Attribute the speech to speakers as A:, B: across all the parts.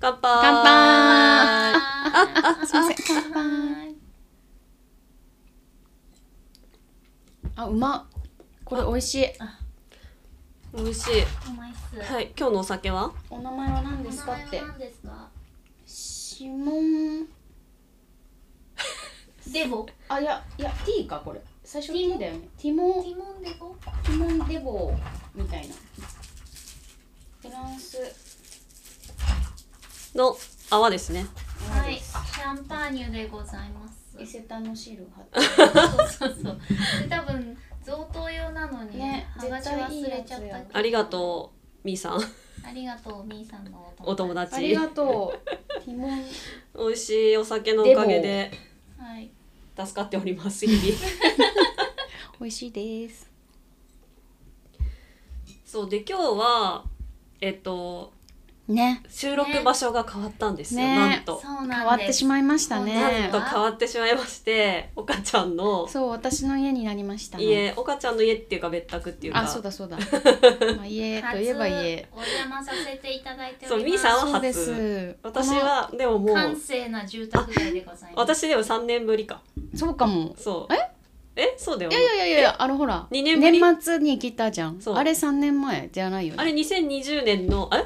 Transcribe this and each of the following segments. A: 乾杯
B: 乾杯
A: ああすいません
B: 乾杯あうまっこれ美味しい
A: 美味しい
C: お前っす。
A: はい今日のお酒は
B: お名前は何
C: お
B: で
C: 名
B: すか
C: 前
B: って
C: は何ですか。
B: 指紋
C: デボ。
B: あいやいや T かこれ最初 T だよねティモ
C: ティモンデボ。
B: ティモンデボーみたいなフランス
A: の泡ですね
B: 泡
C: は
B: で
C: い。シ
B: す
C: ャンパーニュでございます。
B: 伊勢丹のシールを貼って
C: そうそうそう。で多分贈答用なのに、
B: ね
C: はがき忘れちゃ
B: 絶
C: っ
B: 対いいや
C: た
B: つ
C: けど
A: ありがとうみーさん
C: ありがとうみーさんの
A: お友
B: あり
A: 達
B: がとう。ティモン。
A: 美味しいお酒のおかげで
C: はい。
A: 助かっております日々
B: 美味しいです。
A: そうで今日はえっと
B: ね。
A: 収録場所が変わったんですよ、
B: ね
A: なんと、
C: そうなんです。
B: 変わってしまいました
A: な
B: ね
A: んと。変わってしまいまして岡ちゃんの
B: そう、私の家になりましたね。
A: 家岡ちゃんの家っていうか別宅っていうか
B: あ、そうだそうだ。まあ、家と
C: 初
B: いえば家。
C: お邪魔させていただいております。
A: そうみーさんは
B: そうです。
A: 私
B: こ
A: はでももう
C: 閑静な住宅街でございます。
A: 私でも3年ぶりか
B: の。そうかも。
A: そうええそうだよ
B: いやいやいやいや、あのほら。
A: 二年ぶり
B: 末に来たじゃん
A: そ。う
B: あれ三年前じゃないよね。
A: あれ2020年のあれ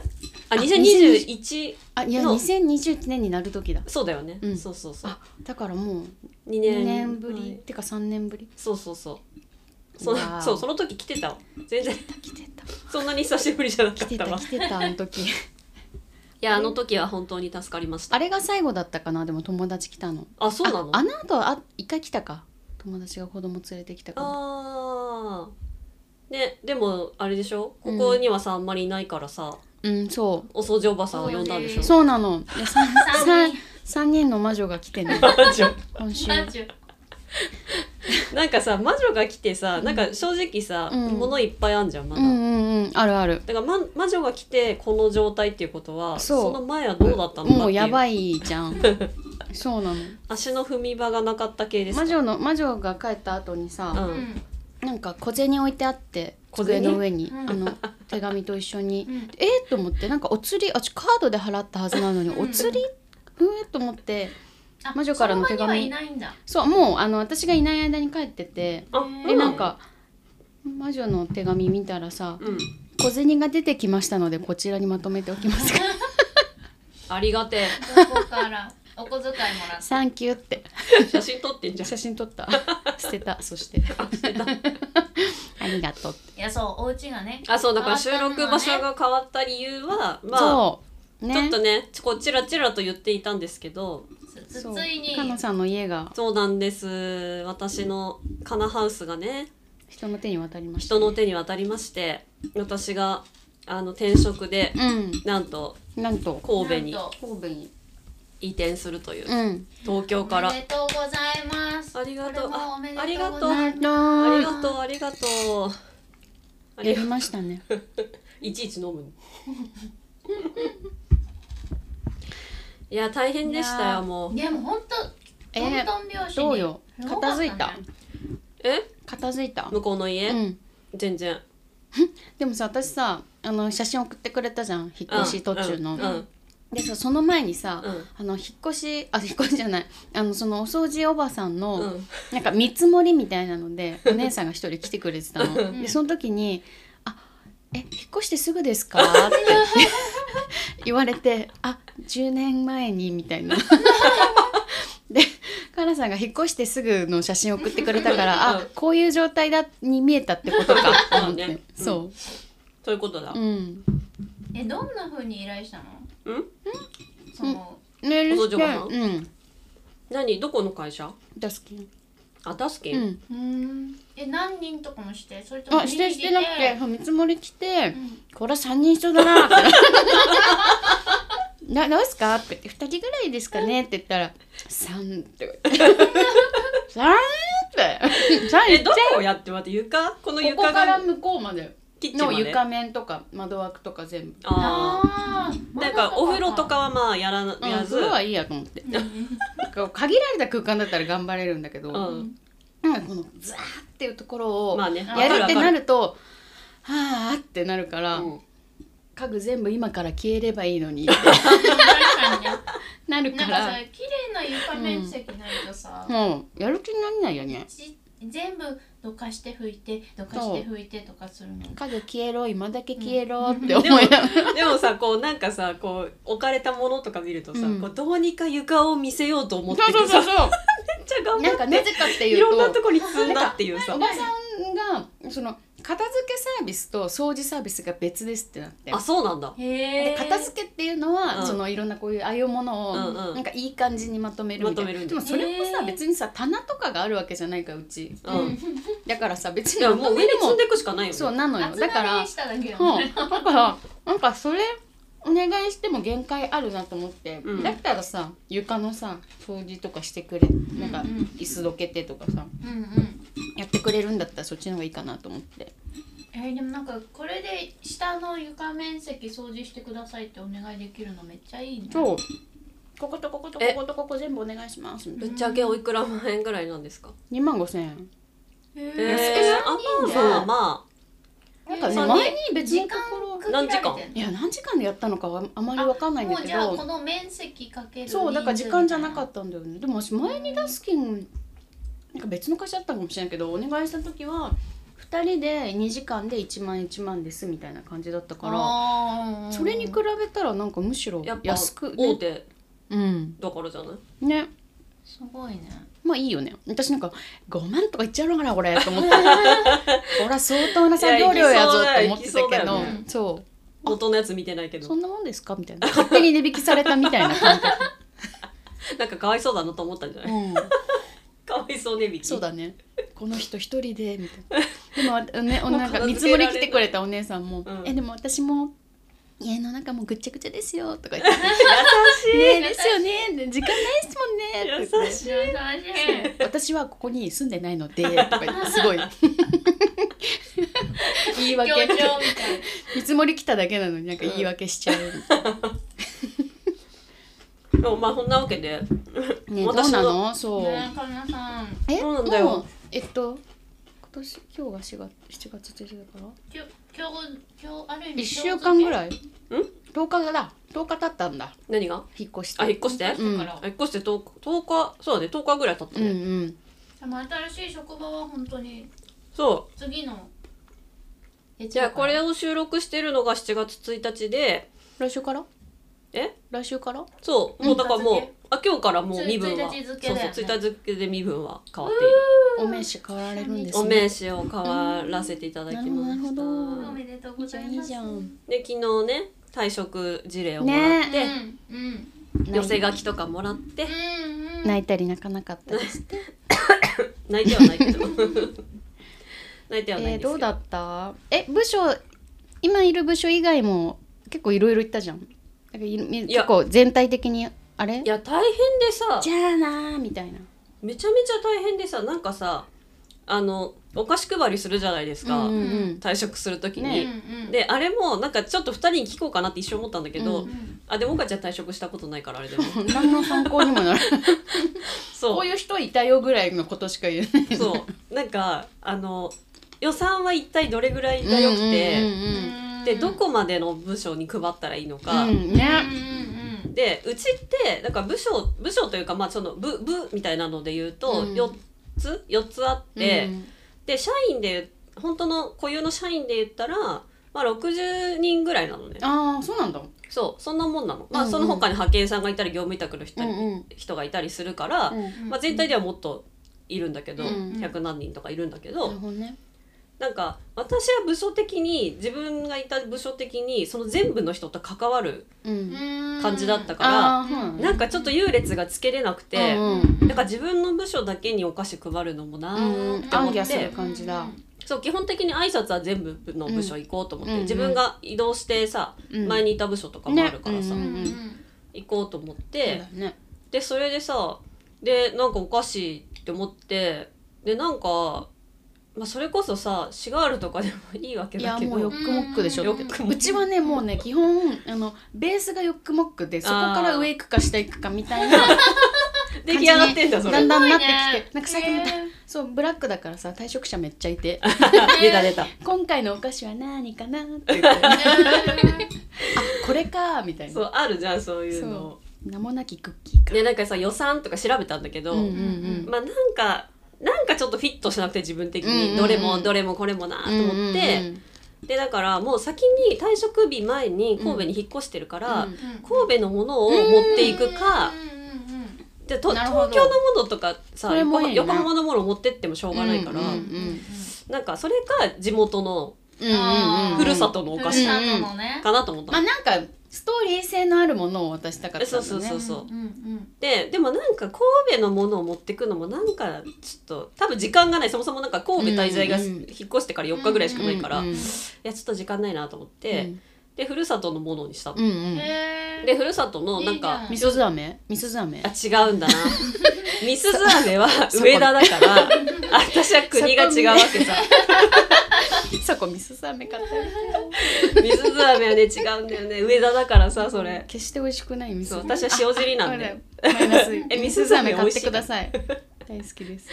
A: あ
B: あ
A: 2021
B: あ、いや、
A: の
B: 二千二十年になる時だ。
A: そうだよね、
B: うん
A: そうそうそう
B: あ、だからもう
A: 2年
B: 二年ぶ
A: は
B: り。
A: い
B: てか三年ぶり。
A: そうそうそうそ
B: わ
A: の
B: ー
A: そうその時来てたわ全然
B: 来てた。
A: そんなに久しぶりじゃなか
B: 来
A: ってた
B: た。
A: わ
B: 来てた。あの 時。
A: いやあの時は本当に助かりました
B: あれが最後だったかな。でも友達来たの。
A: あそうなの
B: ああの後あ一回来たか友達が子供連れてきたか
A: あーねでもあれでしょここにはさ、あんまりいないからさ
B: らうんそ
A: お掃除おばさんを呼んだんでしょ
B: うそうなのいやさんさ
C: 三
B: ん
C: 人
B: 三人の魔女が来てね今週
C: マジ
A: なんかさ魔女が来てさなんか正直さ、
B: うん
A: 物いっぱいあんじゃんま
B: う
A: だ、
B: んうんうんあるある
A: だから、ま、魔女が来てこの状態っていうことは
B: そう
A: の前はどうだったのかっていう
B: もうやばいじゃ んそうなの
A: 足の踏み場がなかった系ですか
B: 魔女の魔女が帰った後にさ、
C: う
A: うん
C: ん。
B: なんか小銭置いてあって
A: 小銭
B: 机の上に、
C: うん
B: あの手紙と一緒に、
C: うん
B: えー、と思ってなんかお釣りあちカードで払ったはずなのに
C: うん
B: お釣りふえーと思って
C: あ
B: 魔女からの手紙
C: その場にはいないんだ。
B: そうもうあの私がいない間に帰ってて
A: あ
B: でなんか魔女の手紙見たらさ
A: うん
B: 小銭が出てきましたのでこちらにまとめておきますが
A: ありがて
C: どこからお小遣いもらっ
B: サンキューって
A: え写真撮ってんじゃ ん
B: 写真撮った 捨てたそして ありがとうって、
C: た。いやそうお家がね。
A: あそうだから収
C: 変わったのはね
A: 録場所が変わった理由はまあ
B: そう
A: ちょ
B: ね
A: っとねちょこうちらちらと言っていたんですけど
C: つつ
B: そう
C: ついに
B: かのさんの家が
A: そうなんです私のカナハウスがね
B: 人の手に渡りました
A: 人
B: ね、
A: の手に渡りまして私があの転職でなんと
B: うんなんと
A: 神戸に
C: なんと
B: 神戸に
A: 移転するという
B: うん
A: 東京か
C: お
A: ら
C: めでとうございます。
A: ありがとう
C: これもおめでと
A: あ
C: う
A: ありが
C: ご
A: とう
C: ざいます
B: あり
A: あり
B: がとう
A: がとうありがとうあ
B: や
A: り
B: り
A: が
B: ましたね
A: いちいち飲む いや大変でしたよもう
C: いやもう本当
B: え
C: トン
B: ー
C: トン拍子に
B: どうよ
C: すご
B: 片
C: かった
B: 付
C: ね
B: いた
A: え
B: 片付いた
A: 向こうの家、
B: うん
A: 全然
B: でもさ私さあの写真送ってくれたじゃん引っ越し途中の、
A: うんうん
B: でさその前にさ、
A: うん
B: あの引っ越しあ引っ越しじゃないあのそのお掃除おばさんの、
A: うん
B: なんか見積もりみたいなのでお姉さんが一人来てくれてたの、
A: うん
B: でその時に「あえ引っ越してすぐですか?」って 言われて「あ10年前に」みた いな。でカナさんが引っ越してすぐの写真を送ってくれたから
A: う
B: あ
A: ん
B: こういう状態だに見えたってことかと思っ
A: そうね
B: てそ
A: そういうことだ
B: う、うん、
C: えどんな風に依頼したの？
A: うん
C: その
B: メール
A: お
B: し
A: 掃
B: て
A: 除ご飯
B: うん
A: 何どこの会社
B: 大好き
A: あダスキ
B: う
A: ン、
B: ん
C: うーんえ何人とかもしてそれとも
B: あ指定してなくて
C: う
B: 見積もり来て、
C: ん
B: これは3人一緒だな ってなどうですか?」って言って「2人ぐらいですかね?」って言ったら「3」って言って「3」って「3」
A: え
B: 言っち
A: ど
B: ゃ
A: こやって待って床この
B: えこ
A: 床
B: こか
A: が
B: ら向こうまで
A: キッチンま
B: の
A: で
B: 床面とか窓枠とか全部
A: あ
C: あ
A: ー
C: ー
A: なんかお風呂とかはまあやらな
B: うん
A: やらず、
B: 風呂はいいやと思ってこう限られた空間だったら頑張れるんだけど、
A: うん
B: なんかこのザーっていうところを
A: まあ
B: や
A: ね
B: るってな
A: わか
B: ると「はあ」ってなるから、
A: わかるうん
B: 家具全部今から消えればいいのにって
C: かにね
B: なる
C: な
B: か
C: んかさ
B: ら
C: 綺麗な床面積ないとさ、
B: もうやる気にならないよね
C: じ全部どかして拭いてどかして拭いてとかするの
B: 家具消えろ今だけ消えろ
C: う
B: っ
C: ん
B: て思いながら
A: でもさこうなんかさこう置かれたものとか見るとさ、
B: うん
A: こうどうにか床を見せようと思って
B: そうそう
A: てさ
B: そう
A: め
B: そ
A: っちゃ頑張
B: うな
A: っ
B: ん
A: て
B: かなぜかって
A: い
B: いう
A: ろんな
B: と
A: とこに積んだっていうさ
B: おばさんがその片付けサービスと掃除サービスが別ですってなって
A: あそうなんだ
C: へ
B: で
C: え
B: 片付けっていうのは、
A: うん
B: そのいろんなこういうああいうものを、
A: うんうん
B: なんかいい感じにまとめるみたいな
A: まとめるん
B: で
A: だ
B: もそれもさ
C: へー
B: 別にさ棚とかがあるわけじゃないからうち
A: うん、
C: うん
B: だからさ別
A: い
B: に
A: やもう上に積ん
B: で
A: でいくしかないよね
B: そうなのよ
C: 集
B: だ
C: まり
B: から
C: しただけよ
B: う
C: ね
B: ん、だからなんかそれお願いしても限界あるなと思って、
A: うん
B: だったらさ床のさ掃除とかしてくれなんか
C: うんうん
B: 椅子どけてとかさ
C: うんうん
B: やってくれるんだったらそっちの方がいいかなと思って
C: えーでもなんかこれで下の床面積掃除してくださいってお願いできるのめっちゃいいね
B: そうこことこことこことここ全部お願いします
A: ぶっちゃけおいくら万円ぐらいなんですか、
B: 2万5千円
C: へー
A: えー、
B: 安
A: あ
B: くない
A: まあまあま
B: なんかね
C: そ
B: 前に
C: うね
B: 別に
C: 時
B: と
C: 間
B: ころ
C: 区切られてんの
A: 何時
B: いや何時間でやったのかはあまりわかんないん
C: も
B: だ
C: う
B: け
C: じゃあこ
B: ど
C: の面積かける
B: そうだから時間じゃなか
C: っ
B: ったんだよねでも私前にダスキンなんか別の会社だったかもしれないけどお願いした時は2人で2時間で1万1万ですみたいな感じだった
C: た
B: から
C: ら
B: それに比べたらなんかむしろ
A: あやっぱ
B: 安く
A: 大
B: ね
A: 手
B: うん
A: だからじゃない
B: ね
C: すごいね
B: まあいいよね私なんか5万とか言っちゃうのかなこれと思って こら相当な作業量やぞって思ってた
A: いやいきそ
B: け
A: うだ
B: ど
A: よいきそうだよ
B: そう
C: ね
A: 元のやつ見てないけ
B: そ
A: ど
B: んなもんですかみたいな勝手に値引きされたみたいな感覚、
A: なんかかわいそうだなと思ったんじゃない、
B: うん、
A: かわいそうねびき
B: そうだねこの人一人でみたいなで もねおなんか
A: もう
B: 見
A: 片付
B: 積も
A: けられない
B: り来てくれたお姉さんも「
A: うん
B: えでも私も家の中もぐっちゃぐちゃですよ」とか言って
A: 優し
B: 「ねえですよねで時間ないですもん
A: い
B: ね」
A: 優
B: って言って
A: しい
C: 優し い
B: 私はここに住んでないので」とか言って すごい言い訳
C: 強調みたい
B: 見積もり来ただけなのになんか言い訳しちゃう、
A: でもまあこんなわけで
B: ねどう
A: 私の
B: なのそう、
C: なねえかなさん
B: え
A: そうなんだよ
B: もうえっと今年今日が四月7月1日だから
C: きょ今日今日ある意味
B: 一週間ぐ
C: い
B: らいん10日だ10日経ったんだ
A: 何が
B: 引っ越して
A: あ引っ越して、
B: うん
A: あ引っ越して 10, 10日そうだね10日ぐらい経った
B: うん
A: ね、
B: うん
C: でも新しい職場は本当に
A: そう
C: 次の
A: じゃあこれ
C: を
A: を収録してるのが7月1日で
B: 来週から
A: え
B: 来週から
A: そうもうだからもう、
C: うん
A: あ今日からもう身分は
C: つい日付
A: そう
C: だ
A: そ
C: よ
A: う
C: ね
A: 1日付で身分は変わっている
B: お名刺変わられるんです
A: お
B: ね
A: 名刺を変わらせていただきま
B: なる
A: し
B: ほ
A: た、
B: どなる
C: お
B: ほど
C: めでとうございます
B: いいじゃんいい
A: で昨日ね退職事例をもらっ
B: ね
A: て、
C: うんうん
A: 寄せ書きとかもらって
C: うんうん
B: 泣いたり泣かなかったです
A: 泣いてはない けど泣いてはない
B: え
A: んですけ
B: ー、どうだったえ部署今いる部署以外も結構いろいろ行ったじゃんなんかい結構全体的にあれ
A: いや大変でさ
B: じゃあなーみたいな
A: めちゃめちゃ大変でさなんかさあのお菓子配りするじゃないですか、
B: うんうん
A: 退職する時に、
B: ね
C: うんうん
A: であれもなんかちょっと2人に聞こうかなって一瞬思ったんだけど、
B: うん
A: あでも岡ちゃん退職したことないからあ れでも
B: うん、何の参考にも ならないこ
A: そうう
B: いう人いたよぐらいのことしか言えない
A: そうなんかあの予算は一体どれぐらいがよくて、
B: うんうん
C: う
B: うん
C: ん
A: でどこまでの部署に配ったらいいのか、
B: うん
C: うん
B: ね
C: うん
A: でうちってなんか部署部署というかまあその部部みたいなので言うと
B: うん
A: 4つ、四つあって、
B: うん
A: で社員で本当の固有の社員で言ったら、まあ、60人ぐらいなのね
B: ああそうなんだ
A: そうそんなもんなの、ま
B: うん
A: あ、
B: うん
A: その他に派遣さんがいたり業務委託の人,、
B: うん
A: 人がいたりするから、
B: うん
C: うん
A: まあ、全体ではもっといるんだけど、
B: うん
A: 100何人とかいるんだけど、
B: なるほどね
A: なんか私は部署的に自分がいた部署的にその全部の人と関わる
B: うん
A: 感じだった
C: か
A: から、
B: あーそうなんだ
A: なんかちょっと優劣がつけれなくて、
B: うんうん
A: なんか自分の部署だけにお菓子配るのもなーって
B: ア
A: 思
B: ン
A: っ
B: ギ
A: て、
B: ャする感じだ
A: そう基本的に挨拶は全部の部署行こうと思って、
B: うん
A: 自分が移動してさ、
B: うん
A: 前にいた部署とかもあるからさ、
B: ねうんうん
A: 行こうと思っ
B: そ
A: て、
B: うだね
A: でそれでさでなんかおかしいって思ってでなんか、まあ、それこそさシガールとかでもいいわけ
B: い
A: だ
B: や
A: けど
B: もうヨックモックでしょ
A: ヨ
B: って
A: ックモック
B: うちはねもうね基本あのベースがヨックモックでそこから上行くか下行くかみたいな
A: 出来上がってんだそ
B: だ
A: れ出
B: んだんなってきてなんか最近またそうブラックだからさ退職者めっちゃい て
A: た出た
B: 今回のお菓子は何かなって言ってあこれかみたい
A: そ
B: な
A: うあるじゃんそういうの
B: 名もなきクッキーか、
A: でなんかさ予算とか調べたんだけど、
B: うんうんうん
A: まあなんかなんかちょっとフィットしなくて自分的
B: うんうんう
A: に
B: ん
A: どれもどれもこれもなと思って、でだからもう先に退職日前に神戸に引っ越してるから、
B: うん
A: 神戸のものを持っていくか、じゃあと
C: なるほど
A: 東京のものとか
B: そ
A: さ
B: れも
A: 横
B: いいな
A: 横浜のもの持ってってもしょうがないから、
B: うんうん
A: なんかそれか地元の
B: うんうんうん
A: ふるさとのお
C: お
A: 菓
C: 菓
A: 子
C: 子のね。
A: かなと思った
B: ま
A: の
B: あなんかストーリー性のあるものを渡したかったんだね
A: そうそう
C: うんうん
A: ででもなんか神戸のものを持ってくのもなんかちょっと多分時間がないそもそもなんか神戸滞在が
B: うんうん
A: 引っ越してから4日ぐらいしかないから、
B: うんうん
A: い
B: うん
A: やちょっと時間ないなと思って、でふるさとのものにしたの
B: う。んうん
C: うん。へー
A: でふるさとのなんか
B: 味噌酢飴味噌酢飴
A: あ違うんだ なミスズアメは上田だから私は国が違うわけさ
B: そこ味噌酢飴買って
A: ミスズアメはね違うんだよね上田だからさそれ
B: 決して美味しくない味噌
A: そう私は塩尻なんで
B: ああマイナ ス
A: え
B: 味
A: 味
B: 噌
A: 噌
B: 酢
A: 酢
B: 飴
A: 飴
B: 買ってください大好きです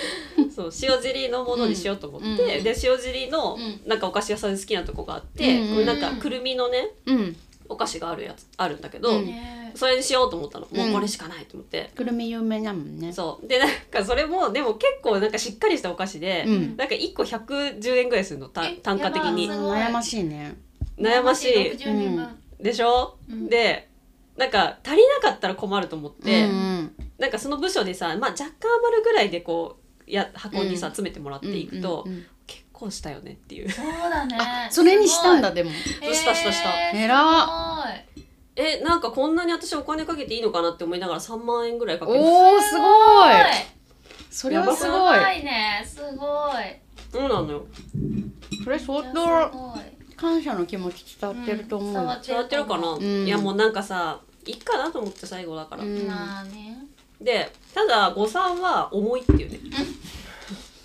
A: そう塩尻のものにしようと思って、
B: うん
A: で塩尻の
B: う
A: なんかお菓子屋さんで好きなとこがあって、
B: うん
A: これなんかくるみのね
B: うん
A: お菓子があるやつあるんだけど、
B: うん
C: へー
A: それにしようと思ったのもうんうこれしかないと思って、
B: くるみ有名だもんね
A: そうでなんかそれもでも結構なんかしっかりしたお菓子で、
B: うん
A: なんか1個110円ぐらいするのた
C: え
A: 単価的に
C: やば
B: 悩ましいね
A: 悩ましい
C: 60人分
A: でしょ、
C: うん
A: でなんか足りなかったら困ると思って、
B: うん
A: なんかその部署でさ、まあ、若干余るぐらいでこうや箱にさ
B: うん
A: 詰めてもらっていくと、
B: うんうんうん
A: 結構したよねっていう
C: そうだね
B: あそれにしたんだでも
C: すご
A: そ
C: い
A: うしたしたした
C: へー
B: えら
C: すごい
A: えなんかこんなに私お金かけていいのかなって思いながら3万円ぐらいかけて
B: おおすごいそれ
A: れ
B: は
A: は
B: す
A: す
C: す
B: ご
C: ご
B: い
C: いねすごい
A: そうなのよ
B: それ相
C: いやす
B: 当
C: ごい
B: 感謝の気持ち伝わってると思う、
C: うん
A: 伝わってるかな、
B: ん
A: いやもうなんかさいっかなと思って最後だから、
B: うん
C: まあね
A: でただ誤算は重いっていうね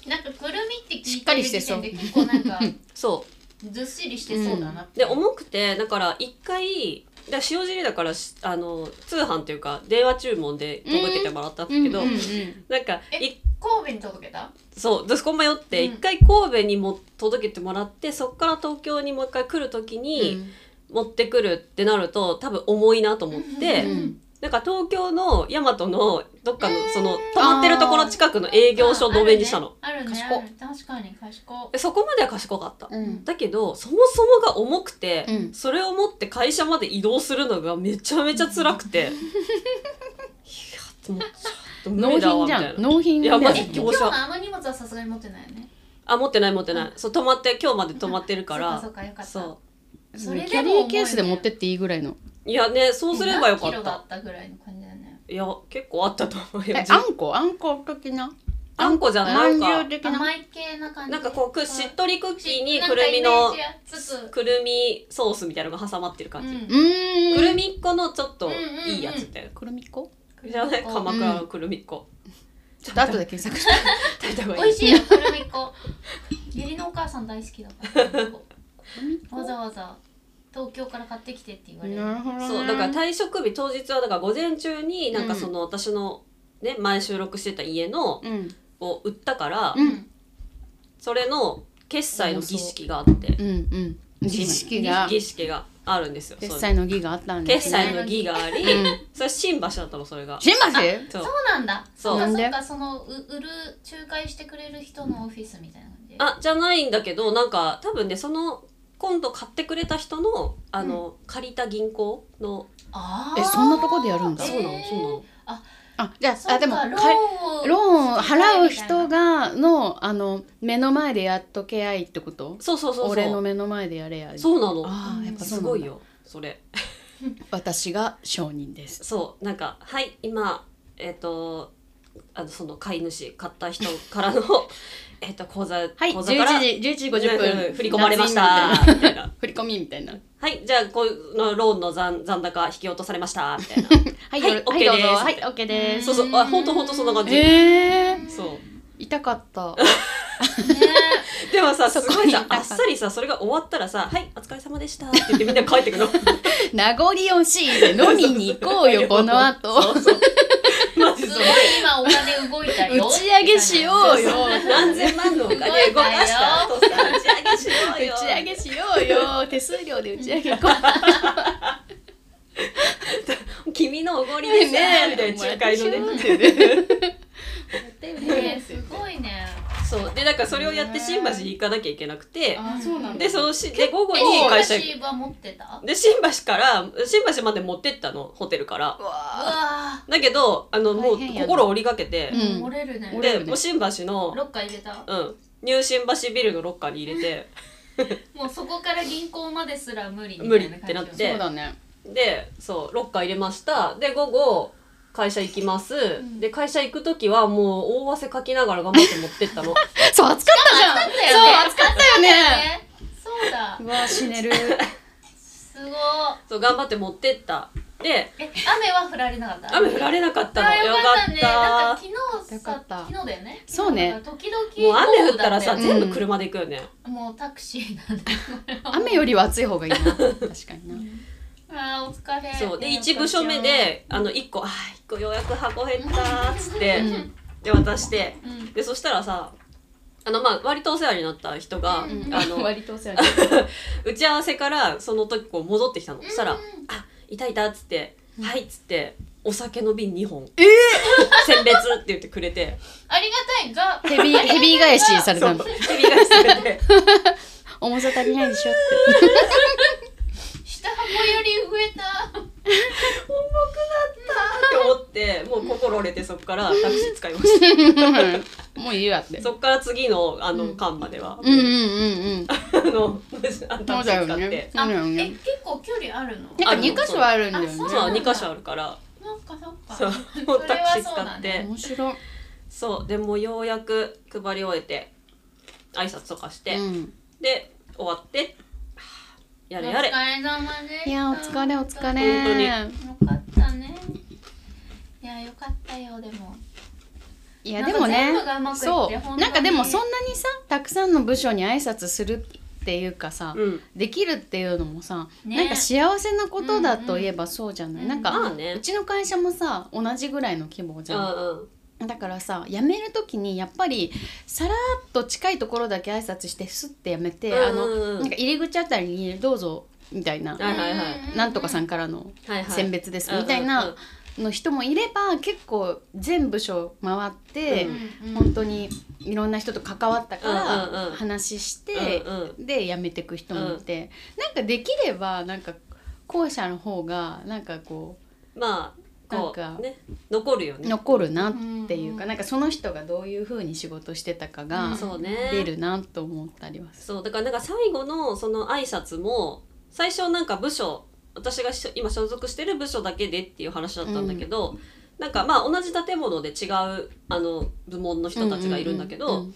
C: なんかくるみって聞いてる
B: しっかりしてそう
C: 時点で結構なんか
A: そ
C: ずっしりしてそうだなっ
A: う
C: て
A: で重くてだから一回だから塩尻だからしあの通販というか電話注文で届けてもらったんだけど、
B: うんうんうん
A: なんか
C: え
A: い
C: 神戸に届けた
A: そう私こん迷って
C: うん
A: 一回神戸にも届けてもらってそっから東京にもう一回来る時に持ってくるってなると多分重いなと思って、
C: うんうん
A: なんか東京の大和のどっかのその泊まってるところ近くの営業所の上にしたの。
C: あるね
B: 賢っ
C: 確かに賢
A: でそこまでは賢かった。
B: うん
A: だけどそもそもが重くて、
B: うん
A: それを持って会社まで移動するのがめちゃめちゃ辛くていやもうちょっと無
B: 納
A: 理だわみ
B: 品じ
A: た
B: ゃ
A: い
B: ん
A: な
B: 納品だよ
A: いやマ
C: え
A: ジ
B: ね
C: 今
A: 業
C: 日
A: 者
C: のあの荷物はさすがに持ってないよね
A: あ持ってない持ってないそう泊まって今日まで泊まってるか
C: そっ
A: ら
C: かそっかよかった
A: そ
C: それでも重いね
B: キャリーケースで持ってっていいぐらいの
A: ういやねそうすればよか
C: 何キ
A: っ
C: ロがあ
A: た
C: ったぐらいの感じだよね
A: いや結構あったと思うよ
B: え
A: じ
B: あんこあんこ的な
A: あんこじゃない
B: あ
A: なん
B: ん
A: か
B: じゅう的な
C: 甘い系な感じ
A: なんかこうくしっとりクッキーに
C: なん
A: く
C: か
A: るみの
C: イメージがつく
A: くるみソースみたいなのが挟まってる感じ、
B: うーん
A: くるみっこのちょっといいやつみたいな、
B: くるみっこ
A: じゃない鎌倉のくるみっこ、ちょっと後
B: 後
A: で
B: で検索して
A: 食べた方
C: 美
A: がいい
C: 味しいよくるみっこ義理のお母さん大好きだからくるみっ こわざわざ東京から買ってきてって言われる
B: なるほどね
A: そうだから退職日当日はだから午前中になんかその私の、ね、前収録してた家の
B: うん
A: を売ったから、
B: うん
A: それの決済の儀式があって
B: うんうん儀式が
A: 儀式があるんですよ
B: 決
A: そう
B: 済の儀があったんで
A: 決
B: す
A: 済の儀があり、
B: うん
A: それ新橋だったのそれが
B: 新橋
A: そう
C: そうなんだ
A: そう
C: っ
B: な
C: かそ
B: ん
C: っ
B: で
C: かそのう売る仲介してくれる人のオフィスみたいな感じ
A: あじゃないんだけどなんか多分ねその今度買ってくれた人のあの、借りた銀行の
C: あ
B: えそんなとこでやるんだ
A: そうなのそうなの
B: あじゃあ
C: な
B: あでも
C: ロ
B: か
C: ーンを
B: ローンを払う人がのあの目の前でやっとけあいってこと
A: そうそうそうそう
B: 俺の目の前でやれや
A: そうなの
B: ああやっぱ
A: す
B: そうな
A: ご
B: ん
A: い
B: だ
A: よそれ
B: 私が証人です
A: そうなんか「はい今えっ、とあのその買い主買った人からの えっと口座
B: はい
A: 口
B: 11
A: 座から
B: 時11時50
A: う
B: 分
A: ん振り込まれました」みたいな
B: 振り込みみたいな
A: 「はいじゃあこのローンの残残高引き落とされました」みた いな
B: はい
A: はい
B: よ
A: OK
B: ろはいどうぞ
A: です
B: はい OK で
A: そうそうあ本当本当そんな感じ、
B: えー
A: そう
B: 痛 かった
C: ね
A: でもさす
B: そこ
A: ご
B: に
A: いさ
B: いた
A: あ
B: か
A: っさりさそれが終わったらさ「はいお疲れ様でした」って言ってみんな帰ってくの
B: 名残惜しいで飲みに行こう よこの後
A: そうそうマジ
C: す
A: そ
C: ご
A: う
C: い今お金動いたよ
B: 打ち上げしようよ
A: 何千万のお金動かした後さ打ち上げしよ
B: 打
A: うよ
B: ち上げしよ うよ手数料で打ち上げ行こ
A: 君ののおごりですねみたいな仲介のね
B: ってよ
C: ねえ
B: ね
C: すごいね
A: そうでだからそれをやって新橋に行かなきゃいけなくて
D: あーそうなんだ
A: でそのしで午後に
C: え
A: 会社
C: 私は持ってたう
A: で新橋から新橋まで持ってったのホテルから
B: うわ
C: わ
A: だけどあのも
B: 大
A: う
B: 変やな
A: 心折りかけて
C: ー、
B: うん
C: 漏れるね
B: 折れ
A: で
B: るね
A: もう新橋の、
C: ロッカー入れた
A: うん、入新橋ビルのロッカーに入れて
C: もうそこから銀行まですら無理みたいな
A: 無理ってなっ
C: 感じ
A: て
B: そうだね
A: でそうロッカー入れましたで午後会社行きます、
C: ん
A: で会社行く時はもう大汗かきながら頑張って持ってったの
B: そう暑かったじゃん
C: 暑かったよね
B: そう暑かったよね
C: ねそうだ
B: うわ死ねる
C: すごい
A: そう頑張って持ってったで
C: え雨は降られなかった
A: 雨降られなかったの
C: あ
A: よ
C: よ
A: か
C: かった
A: っ
C: ねな
A: た
C: んか昨日
B: よか
C: さ
B: った
C: 昨日だよね
B: そうね
C: なんか時々
A: もう雨降ったら
C: 豪
A: さ
C: 雨だ
B: よ
A: 全部車で行くよね、
C: たよもうタクシーなんだ
B: 雨よりは暑い方がいいな確かにな
C: あーお疲れ
A: そうで一部署目であの1個「あー1個ようやく箱減った」っつって、
B: うん
A: で渡して
C: うん
A: でそしたらさあのまあ割とお世話になった人が、
C: うん
A: あ の
B: 割とお世話
A: 打ち合わせからその時こう戻ってきたの、そしたら
C: うん
A: 「あいたいた」っつって「はい」っつってお酒の瓶2本「え選別」って言ってくれて
C: ありがたいが
B: ヘビーヘビー返しされた
A: そう
B: の
A: 手びがしてくれて
B: 重さ足りないでしょっ
C: 下箱より増えた
A: と思ってもう心折れてそっからタクシー使いまして
B: もういいわって
A: たそっから次のあの
B: うん
A: 間までは、
B: うんうんうんうん
A: あのタクシ
B: そう
A: ー
B: だ
A: 使っ
B: よね
A: て。
B: そうだよ
C: え
B: ね
C: 結構距離あるの
B: なんか二箇所あるんだよ
C: あ
B: ね
C: そうな
A: そ
C: ん
A: う
C: だ
A: 2箇所あるから
C: なんかそっか
A: そうもうタクシー使って
B: 面白い
A: そうでもうようやく配り終えて挨拶とかして、
B: うん
A: で終わってはあやれやれ
C: お疲れ様でした
B: いやお疲れお疲れ
A: 本当に
C: よかったねいやよかったよでも
B: いやでもね
C: なんか全部がうまくいって
B: そ
C: 本当
B: う
C: に
B: なんかでもそんなにさたくさんの部署に挨拶するっていうかさ、
A: うん
B: できるっていうのもさ、
C: ね
B: なんか幸せなことだといえばそうじゃない、
C: うんうん
B: なんか、
A: まあね
B: うちの会社もさ同じぐらいの規模じ
A: う
B: ゃん、
A: んうん
B: だからさ辞める時にやっぱりさらっと近いところだけ挨拶してスッて辞めて、
A: うん
B: あ
A: うんうん
B: のなんか入り口あたりに「どうぞ」みたいな「
A: はいはいはい
B: なんとかさ
C: ん
B: んからの
A: はいはい
B: 選別です」
A: うんうん
B: みたいなの人もいれば結構全部署回って、
A: うん
B: 本当にいろんな人と関わったから
A: うんうんうん
B: 話して、
A: うんうん
B: で辞めてく人もいて、なんかできればなんか後者の方がなんかこう
A: まあこ
B: なん
A: う
B: か
A: ね残るよね
B: 残るなっていうか、
C: うん
B: なんかその人がどういうふうに仕事してたか
C: う
B: が
C: ん
A: そう
B: 出
A: ね
B: るなと思ったりはす
A: そうだからなんか最後のその挨拶も最初なんか部署私がし今所属してる部署だけでっていう話だったんだけど、なんかまあ同じ建物で違うあの部門の人たちがいるんだけど、
B: ううん